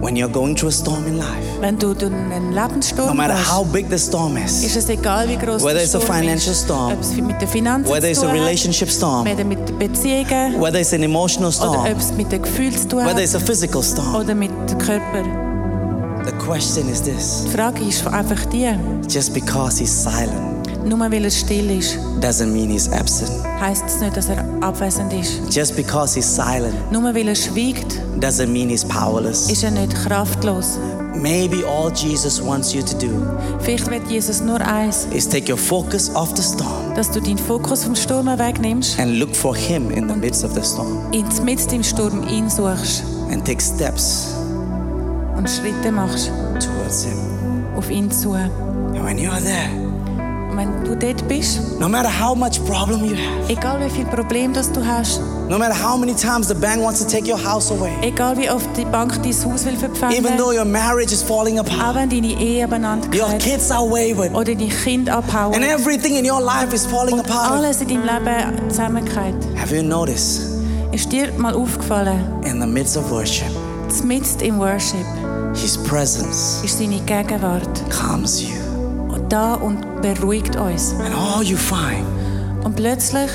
B: When you're going through a storm in life,
C: Wenn du durch einen Lebenssturm
B: no matter
C: gehst,
B: how big the storm
C: ist
B: is,
C: es egal, wie groß
B: Whether
C: der
B: it's a
C: Sturm
B: financial
C: ist,
B: storm,
C: ob es mit den Finanzen
B: whether it's
C: zu
B: a
C: tun
B: relationship
C: hat,
B: storm,
C: whether mit Beziehungen
B: whether it's an emotional
C: oder ob
B: storm,
C: es mit den Gefühlen zu tun
B: whether
C: hat
B: it's a physical storm,
C: oder mit dem Körper.
B: the question is this
C: Die Frage ist einfach die,
B: just because he's silent
C: nur weil er still ist,
B: doesn't mean he's absent.
C: heisst es nicht, dass er abwesend ist.
B: Just because he's silent
C: Nur weil er schweigt,
B: doesn't mean he's powerless.
C: ist er nicht kraftlos.
B: Maybe all Jesus wants you to do
C: Vielleicht wird Jesus nur eins,
B: is take your focus off the storm
C: dass du deinen Fokus vom Sturm wegnimmst,
B: and look for him in the midst of the storm
C: ins Mitte im Sturm ihn suchst
B: and take steps
C: und Schritte machst
B: towards him.
C: auf ihn zu. Und
B: And when you are there,
C: wenn du dort bist,
B: no matter how much problem you have,
C: Egal wie viel Problem das du hast,
B: No matter how many times the bank wants to take your house away,
C: egal wie oft die Bank dein Haus will
B: even
C: verpfänden,
B: though your marriage is falling
C: auch
B: apart,
C: wenn deine Ehe abeinander
B: your
C: gerät
B: kids are wayward,
C: oder dein Kind abhauen
B: and everything in your life is falling
C: und
B: apart.
C: alles in deinem Leben zusammengeht,
B: Have you noticed
C: ist dir mal aufgefallen,
B: in the midst of worship,
C: mitten im Worship
B: His presence
C: ist seine Gegenwart
B: calms you,
C: da und beruhigt uns.
B: and all you find
C: Und plötzlich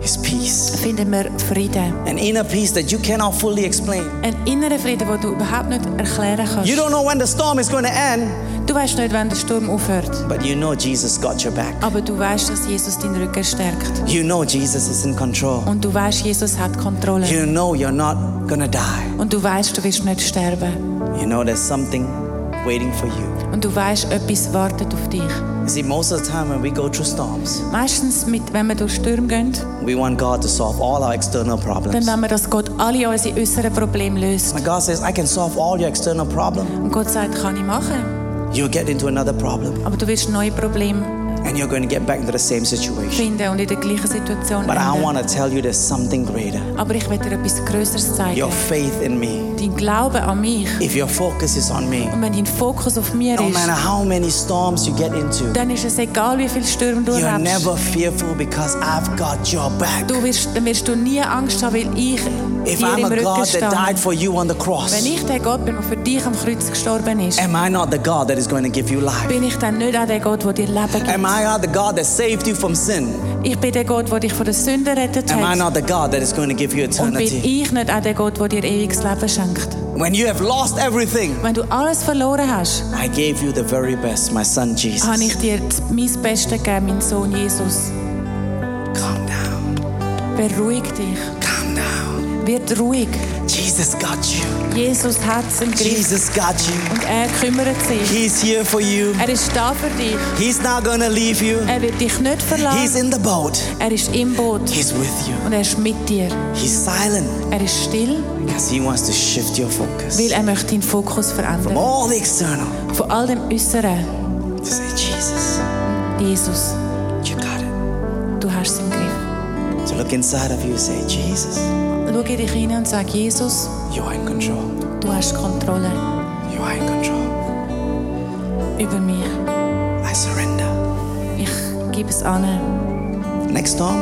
B: is peace,
C: finden wir Frieden.
B: an inner peace that you cannot fully explain.
C: Ein innerer Frieden, den du überhaupt nicht erklären
B: You
C: kannst.
B: don't know when the storm is going to end,
C: Du weißt nicht, wann der Sturm aufhört,
B: but you know Jesus got your back.
C: aber du weißt, dass Jesus deinen Rücken stärkt.
B: You know Jesus is in control.
C: Und du weißt, Jesus hat Kontrolle.
B: You know you're not going to die.
C: Und du weißt, du wirst nicht sterben.
B: You know there's something waiting for you.
C: Und du weißt, etwas wartet auf dich.
B: You See, most of the time when we go through storms,
C: Meistens, mit, wenn wir durch Stürme gehen,
B: we want God to solve all our external
C: dann
B: problems.
C: wollen wir, dass Gott alle unsere äußeren Probleme löst.
B: And God says, I can solve all your external problem.
C: Und Gott sagt, kann ich machen.
B: You'll get into another problem
C: Aber du wirst neue Probleme
B: and you're going to get back into the same situation.
C: finden und in der gleichen Situation
B: But I
C: enden.
B: want to tell you there's something greater.
C: Aber ich werde dir etwas Größeres zeigen.
B: Your faith in me.
C: Dein Glaube an mich.
B: If your focus is on me,
C: Und wenn dein Fokus auf mir
B: no matter
C: ist,
B: how many storms you get into,
C: dann ist es egal, wie viele Stürme du
B: you're
C: erlebst.
B: never fearful because I've got your back.
C: Du wirst, dann wirst du nie Angst haben, weil ich
B: If
C: dir
B: I'm
C: im
B: a
C: Rücken
B: God that died
C: stehe.
B: for you on the
C: Wenn
B: cross,
C: ich der Gott bin, der für dich am Kreuz gestorben ist,
B: am I not the God that is going to give you life?
C: bin ich dann nicht auch der Gott, der dir Leben gibt.
B: Am I not the God that saved you from sin?
C: ich bin der Gott, der dich von der Sünde rettet
B: Am I
C: hat.
B: not the God that is going to give you
C: Und bin
B: eternity?
C: ich nicht auch der Gott, der dir ewiges Leben schenkt.
B: When you have lost everything,
C: Wenn du alles verloren hast,
B: I gave you the very best, my son Jesus.
C: habe ich dir das- mein Bestes gegeben, mein Sohn Jesus.
B: calm down,
C: Beruhig dich.
B: calm down.
C: Wird ruhig.
B: Jesus got you.
C: Jesus hat es im Griff.
B: Jesus got you.
C: Und er kümmert sich.
B: He's here for you.
C: Er ist da für dich.
B: He's not going to leave you.
C: Er wird dich nicht
B: He's
C: verlassen.
B: in the boat.
C: Er ist im Boot.
B: He's with you.
C: Und er ist mit dir.
B: He's silent
C: Er ist still,
B: because he wants to shift your focus
C: weil er möchte deinen Fokus
B: from
C: verändern.
B: all the external
C: Von all dem Äußeren
B: to say, Jesus,
C: Jesus,
B: you got it.
C: du hast es im Griff.
B: To look inside of you and say, Jesus,
C: Schau dich rein und sag, Jesus,
B: you are in control.
C: du hast Kontrolle
B: You are in control.
C: über mich.
B: I surrender.
C: Ich gebe es an.
B: Next storm,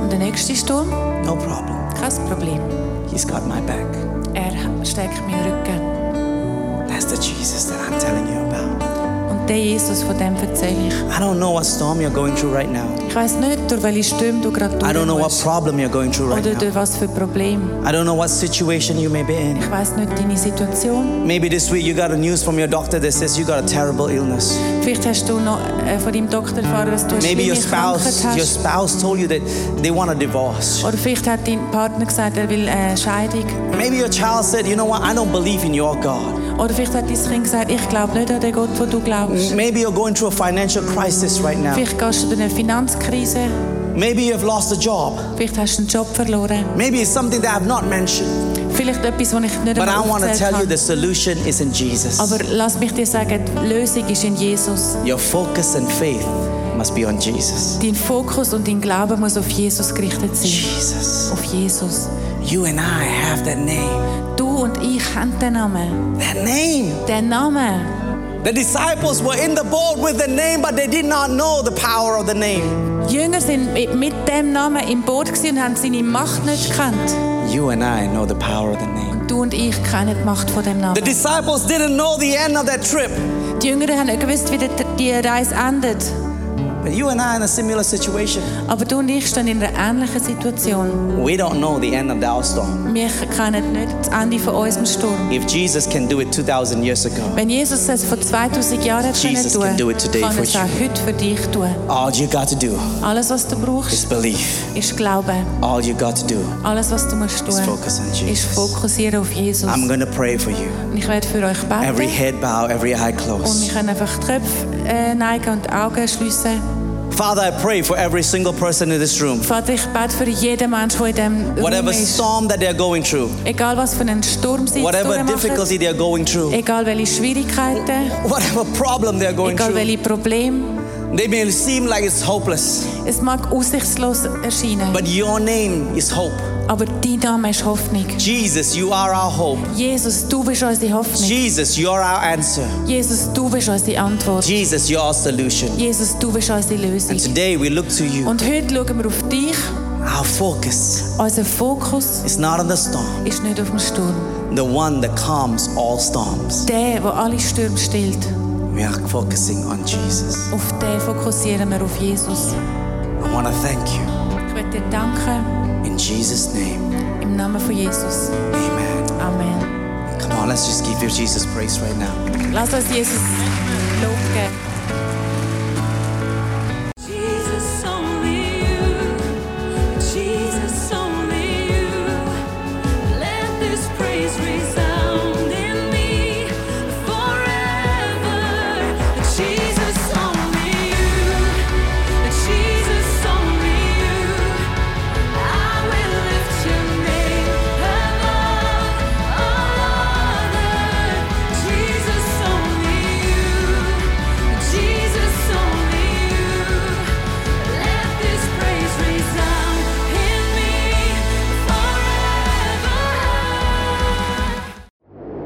C: Und der nächste Sturm,
B: no problem.
C: kein Problem.
B: He's got my back.
C: Er steckt meinen Rücken.
B: That's the Jesus that I'm telling you about.
C: Und der Jesus, von dem erzähle ich.
B: I don't know what storm you're going through right now.
C: Ich weiß nicht, durch welche Stürme du gerade
B: I don't know what
C: durchgehst.
B: problem you're going through right
C: Oder durch
B: now.
C: was für Problem.
B: I don't know what situation you may be in.
C: Ich weiß nicht deine Situation.
B: Maybe this week you got a news from your doctor that says you got a terrible illness.
C: Vielleicht hast du noch äh, von deinem Doktor erfahren, dass du eine
B: Maybe
C: schlimme
B: your
C: Krankheit
B: spouse, your
C: hast.
B: spouse told you that they want a divorce.
C: Oder vielleicht hat dein Partner gesagt, er will eine Scheidung.
B: Maybe your child said, you know what, I don't believe in your God.
C: Oder vielleicht hat dein Kind gesagt, ich glaube nicht an den Gott, wo du glaubst.
B: Maybe you're going through a financial crisis right now.
C: Vielleicht gehst du durch eine Finanzkrise.
B: Maybe you've lost a job.
C: Vielleicht hast du einen Job verloren.
B: Maybe it's something that I've not mentioned.
C: Vielleicht etwas, das ich nicht
B: But I
C: einmal
B: want to
C: aufgezählt
B: tell you
C: habe.
B: the solution is in Jesus.
C: Aber lass mich dir sagen, die Lösung ist in Jesus.
B: Your focus and faith must be on Jesus.
C: Dein Fokus und dein Glaube muss auf Jesus gerichtet sein.
B: Jesus.
C: Auf Jesus.
B: You and I have that name.
C: Du und ich haben den Namen.
B: That name.
C: Den Namen.
B: The disciples were in the boat with the name, but they did not know the power of the name.
C: Die Jünger sind mit- mit dem Namen im Boot gewesen und haben seine Macht nicht gekannt.
B: You and I know the power of the name.
C: Du und ich kennen die Macht von dem
B: The
C: Namen.
B: disciples didn't know the end of that trip.
C: Die Jünger haben nicht gewusst, wie die- die Reise endet.
B: But you and I are in a similar situation.
C: Aber du und ich stehen in einer ähnlichen Situation.
B: We don't know the end of the storm.
C: Wir kennen nicht das Ende von unserem Sturm.
B: If Jesus can do it 2,000 years ago,
C: Wenn Jesus es vor 2000 Jahren hat können
B: Jesus can do
C: tun,
B: it today
C: kann er es
B: for
C: auch
B: you.
C: heute für dich tun.
B: all you got to do
C: Alles, was du
B: is
C: brauchst,
B: believe.
C: ist Glauben.
B: All you got to do.
C: Alles, was du musst
B: Is
C: tun,
B: focus on Jesus.
C: ist fokussieren auf Jesus.
B: I'm going to pray for you.
C: Und ich werde für euch
B: Every
C: beten.
B: head bow, every eye
C: Und wir
B: closed.
C: können einfach die Köpfe äh, neigen und die Augen schliessen.
B: Father, I pray for every single person in this room.
C: Vater, ich bete für jeden Menschen, der in diesem Raum
B: Whatever
C: ist.
B: storm that they're going through,
C: Egal, was für einen Sturm sie
B: whatever
C: durchmachen,
B: difficulty they're going through,
C: Egal, welche Schwierigkeiten.
B: whatever problem they're going
C: Egal,
B: through,
C: welche Probleme.
B: they may seem like it's hopeless,
C: Es mag aussichtslos erscheinen,
B: but your name is hope.
C: aber dein Name ist Hoffnung.
B: Jesus, you are our hope.
C: Jesus, du bist unsere Hoffnung.
B: Jesus, you're our answer.
C: Jesus, du bist unsere Antwort.
B: Jesus, you're our solution.
C: Jesus, du bist unsere Lösung.
B: And today we look to you.
C: Und heute schauen wir auf dich.
B: Our focus
C: Unser Fokus
B: is not on the storm,
C: ist nicht auf dem Sturm.
B: the one that calms all storms.
C: Der, der alle Stürme stillt,
B: We are focusing on Jesus.
C: auf den fokussieren wir auf Jesus.
B: I want to thank you.
C: Ich möchte dir danken
B: In Jesus' name,
C: im Namen von Jesus.
B: amen.
C: Amen.
B: Come on, let's just give your Jesus praise right now.
C: Lass uns Jesus Lob geben.
D: Jesus, only you. Jesus, only you. Let this praise resound in me forever. Jesus, only you. Jesus, only you. I will lift your name above all other. Jesus, only you. Jesus, only you. Let this praise resound in me forever.